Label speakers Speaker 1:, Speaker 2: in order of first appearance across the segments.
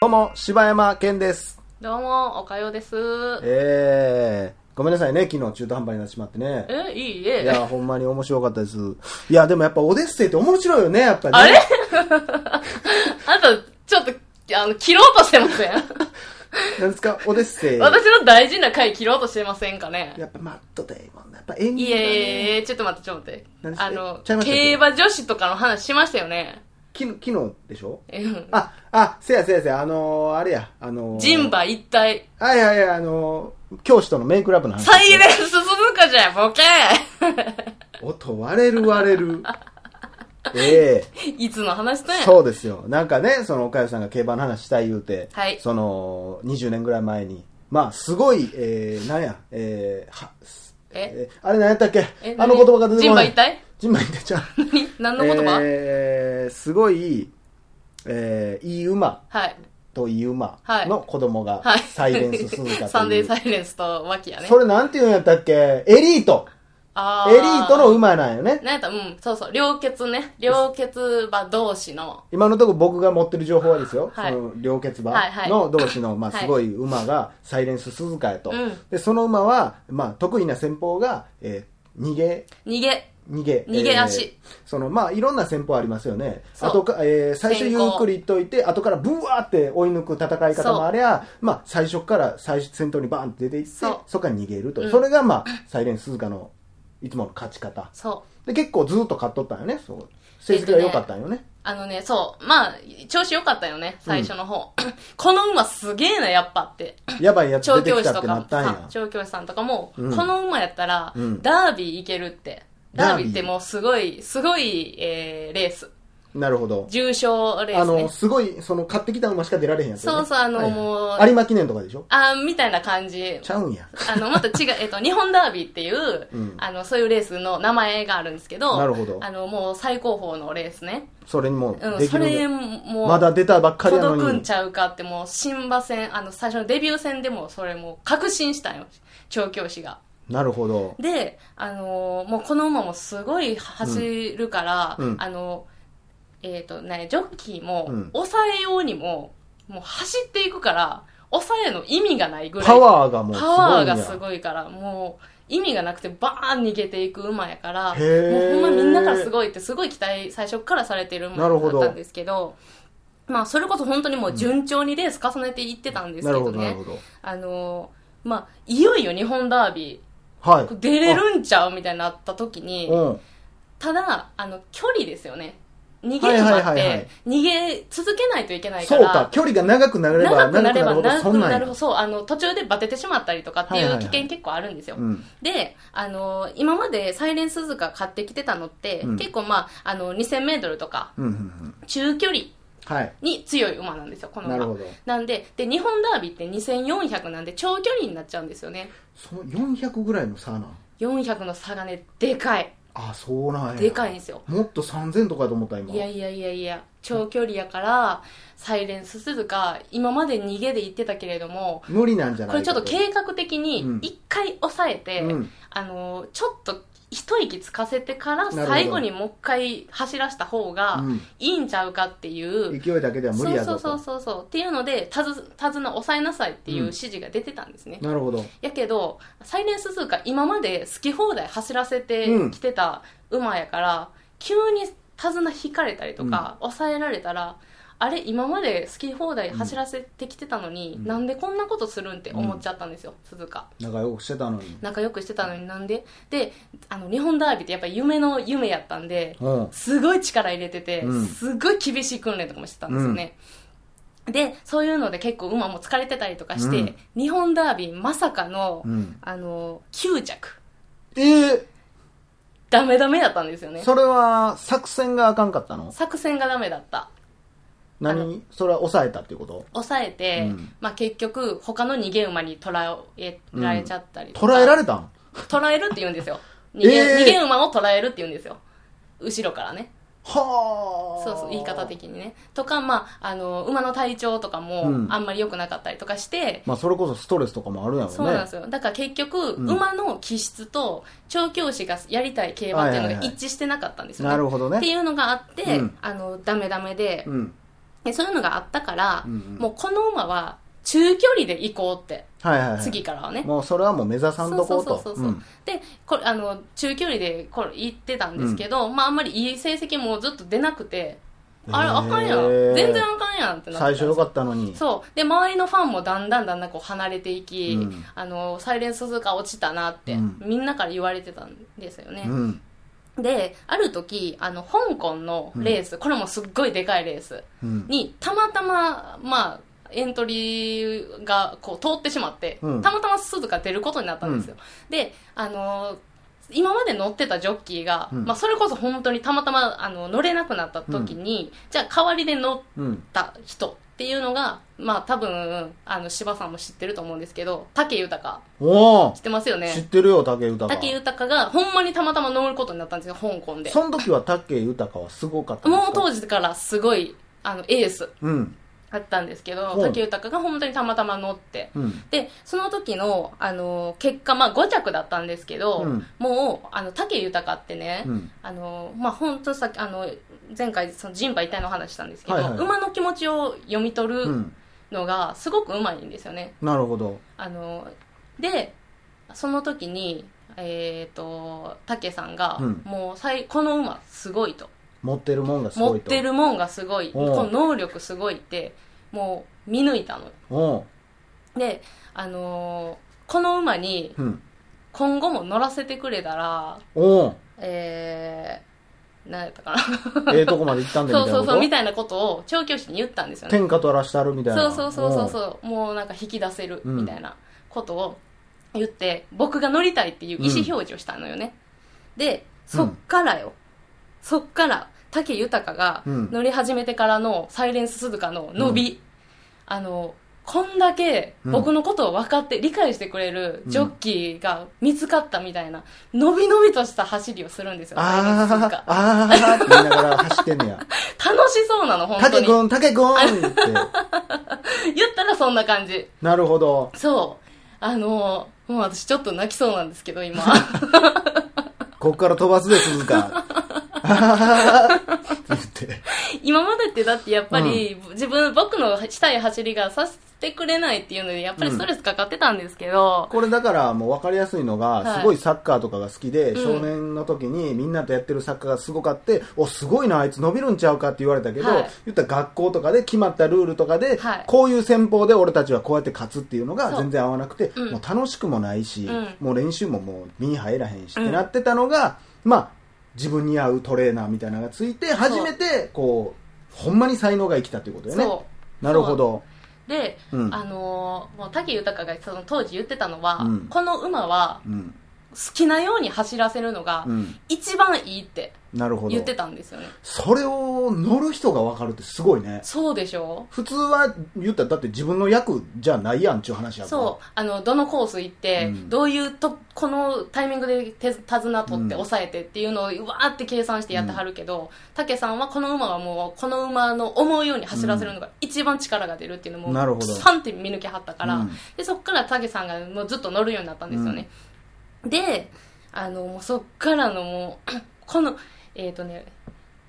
Speaker 1: どうも、柴山健です。
Speaker 2: どうも、おかよです。
Speaker 1: えー、ごめんなさいね、昨日中途半端になってしまってね。
Speaker 2: え、いい
Speaker 1: い
Speaker 2: え。
Speaker 1: や、ほんまに面白かったです。いや、でもやっぱオデッセイって面白いよね、やっぱり、ね。
Speaker 2: あれ あと、ちょっと、あの、切ろうとしてません
Speaker 1: なんですか、オデッセイ。
Speaker 2: 私の大事な回切ろうとしてませんかね
Speaker 1: やっぱマットデイモンのやっぱ演技
Speaker 2: い
Speaker 1: が、
Speaker 2: や
Speaker 1: ね。
Speaker 2: いやいやちょっと待って、ちょっと待
Speaker 1: 何
Speaker 2: っ。
Speaker 1: して
Speaker 2: あの
Speaker 1: ちゃいま、したっけ
Speaker 2: 競馬女子とかの話しましたよね。
Speaker 1: き昨日でしょ
Speaker 2: うん
Speaker 1: あ、あ、せやせやせや、あのー、あれや、あのー、
Speaker 2: 人。馬一体、
Speaker 1: はいはいはい、あのー、教師とのメイクラブの話。
Speaker 2: サイレンス鈴鹿じゃん、ボケ
Speaker 1: 音割れる割れる。ええ
Speaker 2: いつの話だよ。
Speaker 1: そうですよ。なんかね、その、岡かさんが競馬の話したい言うて、
Speaker 2: はい
Speaker 1: その、20年ぐらい前に、まあ、すごい、えー、なんや、えー、は、す
Speaker 2: え
Speaker 1: ーあれなんやったっけ
Speaker 2: え
Speaker 1: あの言葉が出て
Speaker 2: 人
Speaker 1: こ
Speaker 2: 馬
Speaker 1: ない。
Speaker 2: 一体
Speaker 1: 人馬一体ちゃう。
Speaker 2: 何何の言葉、
Speaker 1: えー、すごい、えー、いい馬
Speaker 2: はい。
Speaker 1: といい馬
Speaker 2: はい
Speaker 1: の子供が、
Speaker 2: はい。
Speaker 1: サイレンス鈴鹿という。
Speaker 2: サンデーサイレンスと脇やね。
Speaker 1: それなんて言うんやったっけエリート。
Speaker 2: あ
Speaker 1: エ
Speaker 2: ー
Speaker 1: リートの馬なんよね。
Speaker 2: なんやったうん、そうそう、両血ね。両血馬同士の。
Speaker 1: 今のところ僕が持ってる情報はですよ、
Speaker 2: はい
Speaker 1: その両血馬
Speaker 2: はいはい
Speaker 1: の同士の、まあ、
Speaker 2: はい
Speaker 1: すごい馬がサイレンス鈴鹿やと、
Speaker 2: うん
Speaker 1: でその馬は、まあ、得意な戦法が、えー逃げ
Speaker 2: 逃げ。
Speaker 1: 逃げ
Speaker 2: 逃げ足
Speaker 1: えーそのまあいろんな戦法ありますよね
Speaker 2: そう
Speaker 1: 後か、えー最初
Speaker 2: 先
Speaker 1: ゆ
Speaker 2: 行
Speaker 1: っくりといて後からブワーって追い抜く戦い方もありゃまあ最初から最初先頭にバーンって出ていって
Speaker 2: そう
Speaker 1: そこから逃げると、
Speaker 2: うん
Speaker 1: それがまあサイレンス鈴鹿のいつもの勝ち方
Speaker 2: そ
Speaker 1: で結構ずっと勝っとったんよねそう成績が良かったんよね
Speaker 2: う。あのね、そう。まあ、調子良かったよね、最初の方。 この馬すげえな、やっぱって。
Speaker 1: やばいやつ
Speaker 2: 調
Speaker 1: 出て
Speaker 2: 教
Speaker 1: き
Speaker 2: 師
Speaker 1: た
Speaker 2: と
Speaker 1: ってな
Speaker 2: か
Speaker 1: っ、たん
Speaker 2: さ
Speaker 1: や。
Speaker 2: 調教師さんとかも、
Speaker 1: うん
Speaker 2: この馬やったら、
Speaker 1: うん
Speaker 2: ダービー行けるって。
Speaker 1: ダー
Speaker 2: ダ
Speaker 1: ビー
Speaker 2: ービーってもうすごい、すごい、えー、レース。
Speaker 1: なるほど。
Speaker 2: 重賞レー
Speaker 1: あ
Speaker 2: ス
Speaker 1: の、
Speaker 2: ね。
Speaker 1: すごい、その、買ってきた馬しか出られへんやつ、ね。
Speaker 2: そうそうあの
Speaker 1: はい
Speaker 2: もう
Speaker 1: 有馬記念とかでしょ
Speaker 2: あみたいな感じ。
Speaker 1: ちゃうんや。
Speaker 2: あの、また違う、え っと、日本ダービーっていう、
Speaker 1: うん
Speaker 2: あの、そういうレースの名前があるんですけど、
Speaker 1: なるほど
Speaker 2: あの、もう最高峰のレースね。
Speaker 1: それにも
Speaker 2: う
Speaker 1: う、
Speaker 2: ん、
Speaker 1: でき
Speaker 2: そ
Speaker 1: るん
Speaker 2: れ
Speaker 1: や、
Speaker 2: も、
Speaker 1: まだ出たばっかりやの
Speaker 2: 届
Speaker 1: に。
Speaker 2: くんちゃうかって、もう、新馬戦、あの、最初のデビュー戦でも、それもう確信したんよ、調教師が。
Speaker 1: なるほど。
Speaker 2: で、あのーもうこの馬もすごい走るから、
Speaker 1: うんうん
Speaker 2: あのえっ、とね、ジョッキーも、
Speaker 1: うん
Speaker 2: 抑えようにも、もう走っていくから、抑えの意味がないぐらい。
Speaker 1: パワーがもうす
Speaker 2: パ
Speaker 1: ごいんや。
Speaker 2: ワーがすごいから、もう、意味がなくてバーン逃げていく馬やから、も
Speaker 1: へー
Speaker 2: うほんまみんなからすごいって、すごい期待、最初からされてる馬
Speaker 1: なるほど
Speaker 2: だったんですけど、まあ、それこそ本当にもう順調にレース重ねていってたんです
Speaker 1: な
Speaker 2: け
Speaker 1: るほ
Speaker 2: ど
Speaker 1: ど、なる
Speaker 2: ね
Speaker 1: ほ。ど。
Speaker 2: あのー、まあ、いよいよ日本ダービ
Speaker 1: はい
Speaker 2: ー、。出れるんちゃうみたいになった時に、
Speaker 1: うん。
Speaker 2: ただ、あの、距離ですよね。逃げ
Speaker 1: は
Speaker 2: 馬
Speaker 1: い
Speaker 2: って、
Speaker 1: はいはいはい
Speaker 2: 逃げ続けないといけないか
Speaker 1: そう
Speaker 2: ら、
Speaker 1: か、距離が長くなれば
Speaker 2: 長くな
Speaker 1: 長くな
Speaker 2: れ
Speaker 1: る
Speaker 2: ば
Speaker 1: ほど、
Speaker 2: 長
Speaker 1: そ
Speaker 2: く
Speaker 1: んなん
Speaker 2: な
Speaker 1: や
Speaker 2: るほど、そう、あの、途中でバテてしまったりとかって
Speaker 1: はいはい
Speaker 2: い
Speaker 1: は
Speaker 2: う
Speaker 1: い
Speaker 2: 危険結構あるんですよ。
Speaker 1: うん。
Speaker 2: で、あの、今までサイレンスズカ買ってきてたのって、
Speaker 1: うん
Speaker 2: 結構まあ、あの、2000メートルとか、
Speaker 1: うん、うん、うん。
Speaker 2: 中距離
Speaker 1: はい。
Speaker 2: に強い馬なんですよ、この馬。
Speaker 1: なるほど。
Speaker 2: なんで、で、日本ダービーって2400なんで、長距離になっちゃうんですよね。
Speaker 1: その400ぐらいの差なん。
Speaker 2: 400の差がね、でかい。
Speaker 1: あ、そうなんや。
Speaker 2: でかいんですよ。
Speaker 1: もっと3000とかやと思った、今。
Speaker 2: いやいやいやいや、長距離やから、サイレンス鈴鹿、今まで逃げで行ってたけれども、
Speaker 1: 無理なんじゃない
Speaker 2: これちょっと
Speaker 1: 経
Speaker 2: 計画的に
Speaker 1: うん
Speaker 2: 一回抑えて、
Speaker 1: うん
Speaker 2: あのちょっと一息つかせてか
Speaker 1: な
Speaker 2: ら
Speaker 1: るほど
Speaker 2: 最後にもう一回走らした方が
Speaker 1: うん
Speaker 2: いいんちゃうかっていう、
Speaker 1: 勢いだけでは無
Speaker 2: そ
Speaker 1: 理
Speaker 2: う
Speaker 1: やぞ
Speaker 2: そ
Speaker 1: と。
Speaker 2: うそうそうそうっていうので手綱手綱抑えなさいっていう指示が出てたんですね、
Speaker 1: なるほど。
Speaker 2: やけどサイレンス鈴鹿今まで好き放題走らせてきてた馬やから、急に手綱引かれたりとか、抑えられたらあれ今まで好き放題走らせてきてたのに、
Speaker 1: うん
Speaker 2: なんでこんなことするんって思っちゃったんですよ、鈴鹿
Speaker 1: 仲良くしてたのに。
Speaker 2: 仲良くしてたのになんでであの日本ダービーってやっぱり夢の夢やったんで
Speaker 1: うん。
Speaker 2: すごい力入れてて、
Speaker 1: うん
Speaker 2: すごい厳しい訓練とかもしてたんですよね、でそういうので結構馬も疲れてたりとかして、
Speaker 1: うん
Speaker 2: 日本ダービーまさかの,、
Speaker 1: うん。
Speaker 2: あの9着
Speaker 1: えー、
Speaker 2: ダメダメだったんですよね
Speaker 1: それは作戦があかんかったの
Speaker 2: 作戦がダメだったあ
Speaker 1: 何それは抑えたっていうこと
Speaker 2: 抑えて、
Speaker 1: うん
Speaker 2: まあ、結局他の逃げ馬に捕らえられちゃったりとか、
Speaker 1: 捉えられたん
Speaker 2: 捕らえるって言うんですよ逃 げ,、
Speaker 1: えー
Speaker 2: 逃げ馬を捕らえるって言うんですよ後ろからね
Speaker 1: はあ。
Speaker 2: そうそう言い方。的にねとか、まあ、あの馬の体調とかも
Speaker 1: うん
Speaker 2: あんまり良くなかったりとかして、
Speaker 1: まあ、それこそストレスとかもあるやろね。
Speaker 2: そうなんですよだから結局、
Speaker 1: うん
Speaker 2: 馬の気質と調教師がやりたい競馬っていうの
Speaker 1: はいはい
Speaker 2: が
Speaker 1: はい
Speaker 2: 一致してなかったんですよね、
Speaker 1: なるほど
Speaker 2: って
Speaker 1: ね。
Speaker 2: いうのがあって、
Speaker 1: うん
Speaker 2: あのダメダメで、
Speaker 1: うん。
Speaker 2: でそういうのがあったから、
Speaker 1: うんうん
Speaker 2: もうこの馬は中距離で行こうって、
Speaker 1: はいはいはい。
Speaker 2: 次からはね。
Speaker 1: もうそれはもう目指さんとこうと。
Speaker 2: そうそうそうそうそう
Speaker 1: うん
Speaker 2: でこれあの中距離でこれ行ってたんですけど、まああんまりいい成績もずっと出なくて、あれ
Speaker 1: へー
Speaker 2: あかんやん全然あかんやんってなってたん
Speaker 1: 最
Speaker 2: です
Speaker 1: 初
Speaker 2: よ
Speaker 1: 良かったのに。
Speaker 2: そうで周りのファンもだんだんだんだんこう離れていき、
Speaker 1: うん
Speaker 2: あのサイレンス鈴鹿落ちたなって、
Speaker 1: うん
Speaker 2: みんなから言われてたんですよね、
Speaker 1: うん。
Speaker 2: である時あの香港のレース、これもすっごいでかいレース
Speaker 1: うん。
Speaker 2: にたまたままあエントリーがこう通ってしまって、
Speaker 1: うん
Speaker 2: たまたま鈴鹿出ることになったんですよ、であのー今まで乗ってたジョッキーが、
Speaker 1: うん
Speaker 2: まあ、それこそ本当にたまたまあの乗れなくなった時に、じゃあ代わりで乗っ
Speaker 1: うん。
Speaker 2: た人っていうのが、まあ多分、あの、柴さんも知ってると思うんですけど、竹豊。
Speaker 1: お
Speaker 2: 知
Speaker 1: ー
Speaker 2: ってますよ
Speaker 1: 知っ
Speaker 2: ね。
Speaker 1: てるよ、竹豊。
Speaker 2: 竹豊が、ほんまにたまたま乗ることになったんですよ、香港で。
Speaker 1: その時は竹豊はすごかったんです
Speaker 2: も
Speaker 1: か
Speaker 2: う当時からすごい、あの、エース
Speaker 1: うん。
Speaker 2: だったんですけど
Speaker 1: う、ん
Speaker 2: 竹豊が本当にたまたま乗って。
Speaker 1: うん。
Speaker 2: で、その時の、あの、結果、まあ5着だったんですけど、
Speaker 1: うん
Speaker 2: もう、あの、竹豊ってね、
Speaker 1: うん。
Speaker 2: あのまあ、本当さっきあの前回その人馬一体の話したんですけど、
Speaker 1: はいはい
Speaker 2: 馬の気持ちを読み取
Speaker 1: う
Speaker 2: る
Speaker 1: ん。
Speaker 2: のがすごくうまいんですよね。
Speaker 1: なるほど。
Speaker 2: あのでその時にえっ、と武さんが、
Speaker 1: うん
Speaker 2: もうさいこの馬すごいと
Speaker 1: 持ってるもんがす
Speaker 2: 持
Speaker 1: ご
Speaker 2: っ
Speaker 1: いと。
Speaker 2: てるもんがすごいこ
Speaker 1: おう
Speaker 2: の能力すごいってもう見抜いたの
Speaker 1: おう
Speaker 2: であのーこの馬に
Speaker 1: うん。
Speaker 2: 今後も乗らせてくれたら
Speaker 1: おう
Speaker 2: えー、何やったか
Speaker 1: ええとこまで行ったん
Speaker 2: な
Speaker 1: でみ
Speaker 2: そ
Speaker 1: たいうなこ
Speaker 2: そう
Speaker 1: と
Speaker 2: そうみたいなことを調教師に言ったんですよね
Speaker 1: 天下取らしてあるみたい
Speaker 2: そ
Speaker 1: な。
Speaker 2: うそうそうそうそうもうなんか引き出せるみたいなことを言って、僕が乗りたいっていう意思表示をしたのよね、でそっからよ、そっから武豊が
Speaker 1: うん
Speaker 2: 乗り始めてからのサイレンス鈴鹿の伸び、あのこんだけ僕のことを分かって理解してくれるジョッキーが見つかったみたいな、伸び伸びとした走りをするんですよ、サイレンス鈴
Speaker 1: あ
Speaker 2: 鹿。
Speaker 1: あ、ああ、って言いながら走ってんねや。
Speaker 2: 楽しそうなの、 本当
Speaker 1: 竹
Speaker 2: に。
Speaker 1: くん、竹くんって。
Speaker 2: 言ったらそんな感じ。
Speaker 1: なるほど。
Speaker 2: そう。あのー、もう私ちょっと泣きそうなんですけど、 今。
Speaker 1: こっから飛ばすで、鈴鹿。 ああって言って。
Speaker 2: 今までってだってやっぱり、自分、僕のしたい走りがさせてくれないっていうので、やっぱりストレスかかってたんですけど、
Speaker 1: これだからもう分かりやすいのが、
Speaker 2: はい
Speaker 1: すごいサッカーとかが好きで、
Speaker 2: ん
Speaker 1: 少年の時にみんなとやってるサッカーがすごかって、お、すごいな、あいつ伸びるんちゃうかって言われたけど、
Speaker 2: はい
Speaker 1: 言ったら学校とかで決まったルールとかで、
Speaker 2: はい
Speaker 1: こういう戦法で俺たちはこうやって勝つっていうのが
Speaker 2: そう
Speaker 1: 全然合わなくて、
Speaker 2: うん
Speaker 1: もう楽しくもないし、
Speaker 2: うん
Speaker 1: もう練習ももう身に入らへんし、
Speaker 2: うん
Speaker 1: ってなってたのが、まあ、自分に合うトレーナーみたいなのがついて、初めて、こう、ほんまに才能が生きたっていうことよね。
Speaker 2: そう。
Speaker 1: なるほど。
Speaker 2: そう。で、
Speaker 1: うん
Speaker 2: あのー、もう竹豊がその当時言ってたのは、
Speaker 1: うん
Speaker 2: この馬は
Speaker 1: うん。
Speaker 2: 好きなように走らせるのが
Speaker 1: うん。
Speaker 2: 一番いいって
Speaker 1: なるほど。
Speaker 2: 言ってたんですよね。
Speaker 1: それを乗る人が分かるってすごいね
Speaker 2: そうでしょ
Speaker 1: 普通は言ったらだって自分の役じゃないやんっちゅう話やから
Speaker 2: そうあのどのコース行っ
Speaker 1: う
Speaker 2: て、
Speaker 1: ん
Speaker 2: どういうとこのタイミングで手手綱取
Speaker 1: う
Speaker 2: っ
Speaker 1: ん
Speaker 2: て抑えてっていうのをうわーって計算してやってはるけど武、さんはこの馬はもうこの馬の思うように走らせるのが一番力が出るっていうのも
Speaker 1: なるほど
Speaker 2: サンって見抜きはったから、
Speaker 1: うん
Speaker 2: でそこから武さんがもうずっと乗るようになったんですよね、であのもうそっからのもうこのえっ、とね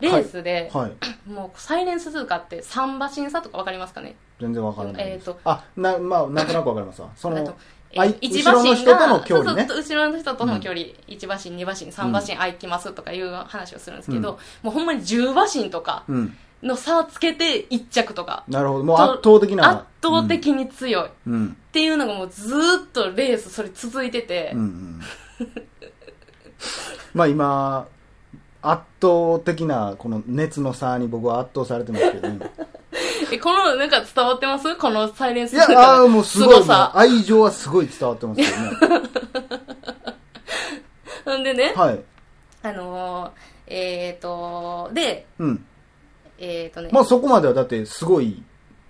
Speaker 2: レースで、
Speaker 1: はい
Speaker 2: もうサイレンス通過って三馬審査とかわかりますかね
Speaker 1: 全然分からないです
Speaker 2: えーと
Speaker 1: あなまあなんとなく分かりますわそ
Speaker 2: あ
Speaker 1: の
Speaker 2: と
Speaker 1: あい
Speaker 2: 一
Speaker 1: 後ろの人との距離ね
Speaker 2: そうそうそう後ろの人との距離、一馬身、二馬身、三馬身、あ、行きますとかいう話をするんですけど、
Speaker 1: うん
Speaker 2: もうほんまに十馬身とか
Speaker 1: うん
Speaker 2: の差つけて一着とか、
Speaker 1: なるほどもう圧倒的な
Speaker 2: 圧倒的に強い。っ
Speaker 1: うんうん
Speaker 2: ていうのがもうずーっとレースそれ続いてて、
Speaker 1: うん、うん、まあ今圧倒的なこの熱の差に僕は圧倒されてますけど、ね、
Speaker 2: えこのなんか伝わってますこのサイレンス
Speaker 1: いや
Speaker 2: の
Speaker 1: ああーもうすごいもう
Speaker 2: さ。
Speaker 1: 愛情はすごい伝わってますけどね
Speaker 2: ほんでね、
Speaker 1: はい
Speaker 2: あのー、えっ、ー、とで、
Speaker 1: うん
Speaker 2: えっ、ー、とね、
Speaker 1: まあそこまではだってすごい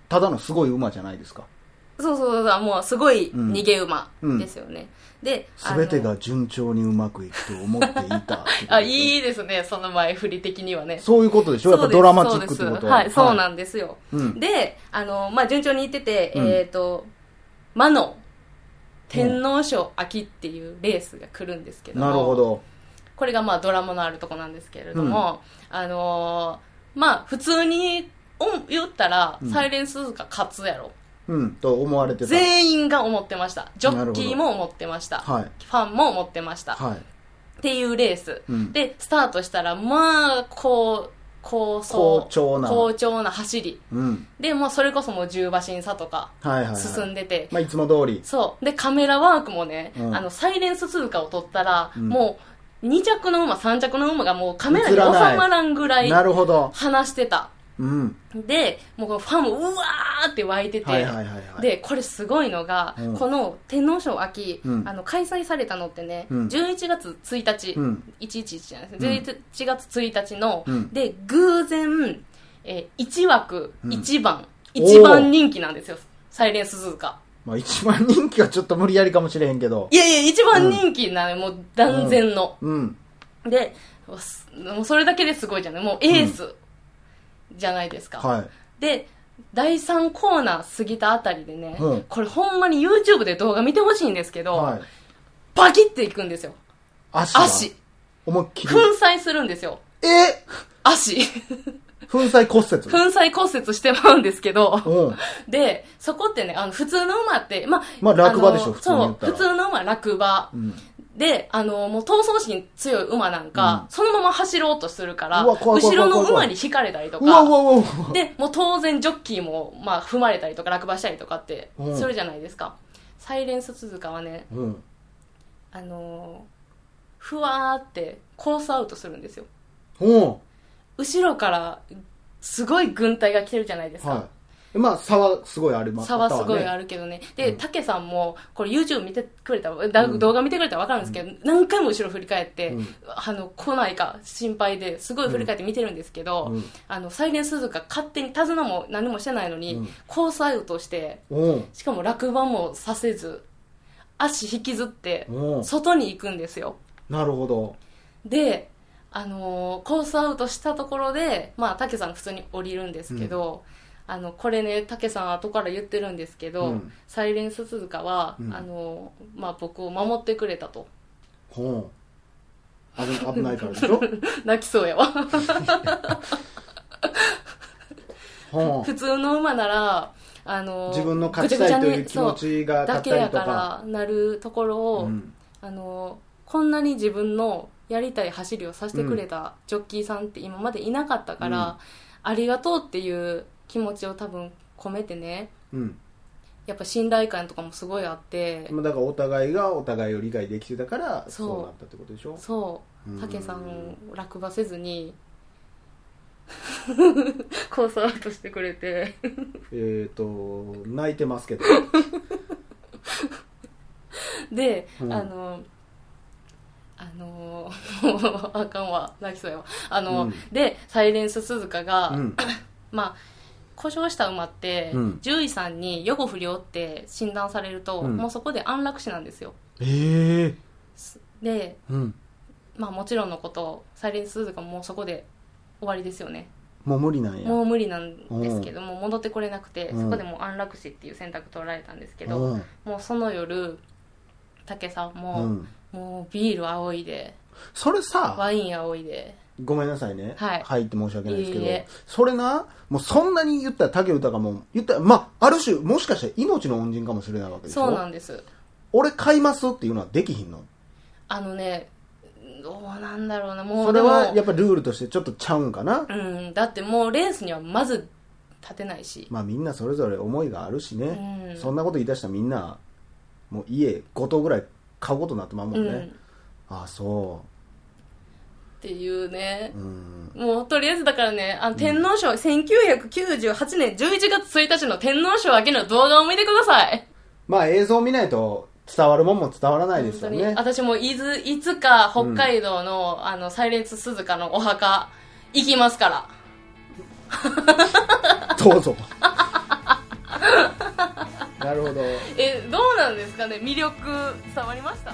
Speaker 1: ただのすごい馬じゃないですか
Speaker 2: そうそうそうそう、もうすごい逃げ馬ですよね。で、あ
Speaker 1: す
Speaker 2: の
Speaker 1: べてが順調にうまくいくと思っていた。
Speaker 2: あ、
Speaker 1: い。
Speaker 2: いいですね、その前振り的にはね。
Speaker 1: そういうことでしょやっぱドラマチックって
Speaker 2: そう
Speaker 1: こ
Speaker 2: です
Speaker 1: と
Speaker 2: はい、そうなんんですよ。
Speaker 1: うん
Speaker 2: で、あの、まあ、順調にいってて、
Speaker 1: うん
Speaker 2: えっ、と、魔の天皇賞秋っていうレースが来るんですけども
Speaker 1: なるほど。
Speaker 2: これがまあドラマのあるとこなんですけれども、あのーまあ、普通におん言ったら、
Speaker 1: うん
Speaker 2: サイレンスズカ勝つやろ
Speaker 1: うん、と思われてた。
Speaker 2: 全員が思ってましたジョッキーも思ってました、
Speaker 1: はい。
Speaker 2: ファンも思ってました、
Speaker 1: はい。
Speaker 2: っていうレース、
Speaker 1: うん
Speaker 2: でスタートしたらまあこう高層
Speaker 1: 好調な
Speaker 2: 好調な走り
Speaker 1: うん。
Speaker 2: でもうそれこそもう10馬身差とか
Speaker 1: はいはい、はい。
Speaker 2: 進んでて、
Speaker 1: まあ、いつも通り。
Speaker 2: そうでカメラワークもね、
Speaker 1: うん
Speaker 2: あのサイレンス通貨を取ったら、
Speaker 1: うん
Speaker 2: もう2着の馬3着の馬がもうカメラに
Speaker 1: 映
Speaker 2: 収
Speaker 1: らない
Speaker 2: まらんぐらい
Speaker 1: なるほど。
Speaker 2: 話してた
Speaker 1: うん。
Speaker 2: でもうファンもうわーって湧いてて、
Speaker 1: はいはいはいはい。、
Speaker 2: でこれすごいのが、
Speaker 1: うん
Speaker 2: この天皇賞秋、
Speaker 1: うん
Speaker 2: あの開催されたのってね、
Speaker 1: うん
Speaker 2: 11月1日、
Speaker 1: うん。
Speaker 2: 111じゃないです11月1日の、
Speaker 1: うん
Speaker 2: で偶然、えー、1枠
Speaker 1: うん
Speaker 2: 1番、
Speaker 1: おー
Speaker 2: 一番人気なんですよサイレンス鈴鹿
Speaker 1: まあ、一番人気はちょっと無理やりかもしれへんけど。
Speaker 2: いやいや一番人気なの、もう断然の、
Speaker 1: うん。
Speaker 2: でわすもうそれだけですごいじゃないもうエースじゃないですか、
Speaker 1: はい。
Speaker 2: で第3コーナー過ぎたあたりでね、
Speaker 1: うん
Speaker 2: これほんまに YouTube で動画見てほしいんですけど、
Speaker 1: はい。
Speaker 2: バキっていくんですよ
Speaker 1: 足が。
Speaker 2: 足
Speaker 1: 思いっき
Speaker 2: 粉
Speaker 1: り。
Speaker 2: 砕するんですよ
Speaker 1: え
Speaker 2: 足
Speaker 1: 粉砕骨折。
Speaker 2: 粉砕骨折してまうんですけど、
Speaker 1: うん。
Speaker 2: で、そこってね、あの、普通の馬って、まあ、
Speaker 1: まあ落馬でしょ
Speaker 2: あの
Speaker 1: 普通に言ったら
Speaker 2: そう、普通の馬は落馬
Speaker 1: う。ん。
Speaker 2: で、あの、もう闘争心強い馬なんか、
Speaker 1: うん
Speaker 2: そのまま走ろうとするから、
Speaker 1: うわ怖い怖
Speaker 2: 後
Speaker 1: い
Speaker 2: ろの
Speaker 1: 怖い怖
Speaker 2: 馬
Speaker 1: い
Speaker 2: に引かれたりと
Speaker 1: うわう
Speaker 2: か、
Speaker 1: わうわうわ。
Speaker 2: で、もう当然ジョッキーも、まあ、踏まれたりとか、落馬したりとかって
Speaker 1: うん、
Speaker 2: するじゃないですか。サイレンス鈴鹿はね、
Speaker 1: うん。
Speaker 2: あのーふわーってコースアウトするんですよ。
Speaker 1: うん。
Speaker 2: 後ろから、すごい軍隊が来てるじゃないですか。
Speaker 1: はい。まあ、差はすごいあります。
Speaker 2: 差はすごい
Speaker 1: あ
Speaker 2: あ
Speaker 1: る。
Speaker 2: るけどね。で、
Speaker 1: うん
Speaker 2: たけさんも、これ YouTube 見てくれたら、だ
Speaker 1: うん
Speaker 2: 動画見てくれたらわかるんですけど、何回も後ろ振り返って、
Speaker 1: うん
Speaker 2: あの、来ないか心配で、すごい振り返って見てるんですけど、
Speaker 1: うん
Speaker 2: あの、サイレンスズカ勝手に手綱も何もしてないのに、
Speaker 1: うん
Speaker 2: コースアウトして、
Speaker 1: うん。
Speaker 2: しかも落馬もさせず、足引きずって、
Speaker 1: うん。
Speaker 2: 外に行くんですよ。
Speaker 1: なるほど。
Speaker 2: で、あのーコースアウトしたところで、まあ、たけさん普通に降りるんですけど、あの、これね、たけさん後から言ってるんですけど、
Speaker 1: うん
Speaker 2: サイレンス鈴鹿は、
Speaker 1: うん
Speaker 2: あのーまあ、僕を守ってくれたと。
Speaker 1: うん。危危ないからでしょ
Speaker 2: 泣きそうやわ。
Speaker 1: うん
Speaker 2: 普通の馬なら、あのー
Speaker 1: 自分の勝ちたいという気持
Speaker 2: ぐちゃぐちゃ
Speaker 1: ち
Speaker 2: に
Speaker 1: が
Speaker 2: そうだ
Speaker 1: 勝っ
Speaker 2: け
Speaker 1: た
Speaker 2: や
Speaker 1: りと
Speaker 2: か
Speaker 1: か。
Speaker 2: らなるところを、
Speaker 1: うん
Speaker 2: あのーこんなに自分のやりたい走りをさせてくれたジョッキーさんって今までいなかったから、
Speaker 1: うん
Speaker 2: ありがとうっていう気持ちを多分込めてね
Speaker 1: うん。
Speaker 2: やっぱ信頼感とかもすごいあって、
Speaker 1: まあだからお互いがお互いを理解できてたから、
Speaker 2: そう
Speaker 1: そうなったってことでしょ
Speaker 2: そうたけさ
Speaker 1: うん
Speaker 2: ん落馬せ ずにコースアウトしてくれて
Speaker 1: えっと、泣いてますけど。
Speaker 2: で、
Speaker 1: うん
Speaker 2: あのあの もうあかんわ泣きそうやわあ
Speaker 1: う
Speaker 2: の、
Speaker 1: ん
Speaker 2: でサイレンス鈴鹿が、
Speaker 1: うん。
Speaker 2: まあ故障した馬って、
Speaker 1: うん
Speaker 2: 獣医さんに予後不良って診断されると、
Speaker 1: うん
Speaker 2: もうそこで安楽死なんですよ
Speaker 1: ええ。
Speaker 2: で
Speaker 1: うん。
Speaker 2: まあもちろんのことサイレンス鈴鹿ももうそこで終わりですよね
Speaker 1: もう無理なんや。
Speaker 2: もう無理なんですけども戻ってこれなくて
Speaker 1: うん
Speaker 2: そこでもう安楽死っていう選択取られたんですけど
Speaker 1: うん。
Speaker 2: もうその夜武さん
Speaker 1: う
Speaker 2: も
Speaker 1: ん。
Speaker 2: もうビール仰いで
Speaker 1: それさ、
Speaker 2: ワイン仰いで
Speaker 1: ごめんなさいね。
Speaker 2: は
Speaker 1: っ
Speaker 2: い
Speaker 1: て申し訳ないですけど。
Speaker 2: いいえ
Speaker 1: それな、もうそんなに言ったら竹豊も、言ったら、まあ、ある種、もしかしたら命の恩人かもしれないわけでしょ
Speaker 2: そうなんです
Speaker 1: 俺買いますっていうのはできひんの。
Speaker 2: あのねどうなんだろうなも
Speaker 1: そうれ
Speaker 2: で
Speaker 1: は、
Speaker 2: も
Speaker 1: やっぱルールとしてちょっとちゃうんかな。
Speaker 2: うんだってもうレースにはまず立てないし
Speaker 1: まあみんなそれぞれ思いがあるしね。
Speaker 2: うん
Speaker 1: そんなこと言い出したらみんな、もう家5棟ぐらい買うことになってまうも
Speaker 2: うん
Speaker 1: ね。
Speaker 2: んっ
Speaker 1: ああ、そ
Speaker 2: ていうね
Speaker 1: う。うん。
Speaker 2: もうとりあえずだからね、あの天皇賞、1998年11月1日の天皇賞明けの動画を見てください。
Speaker 1: まあ映像見ないと伝わるもんも伝わらないですよね
Speaker 2: 本。当に私もいずいつか北海道の、あのサイレンス鈴鹿のお墓行きますから
Speaker 1: どう ぞ。なるほど。
Speaker 2: えどうなんですかね魅力伝わりました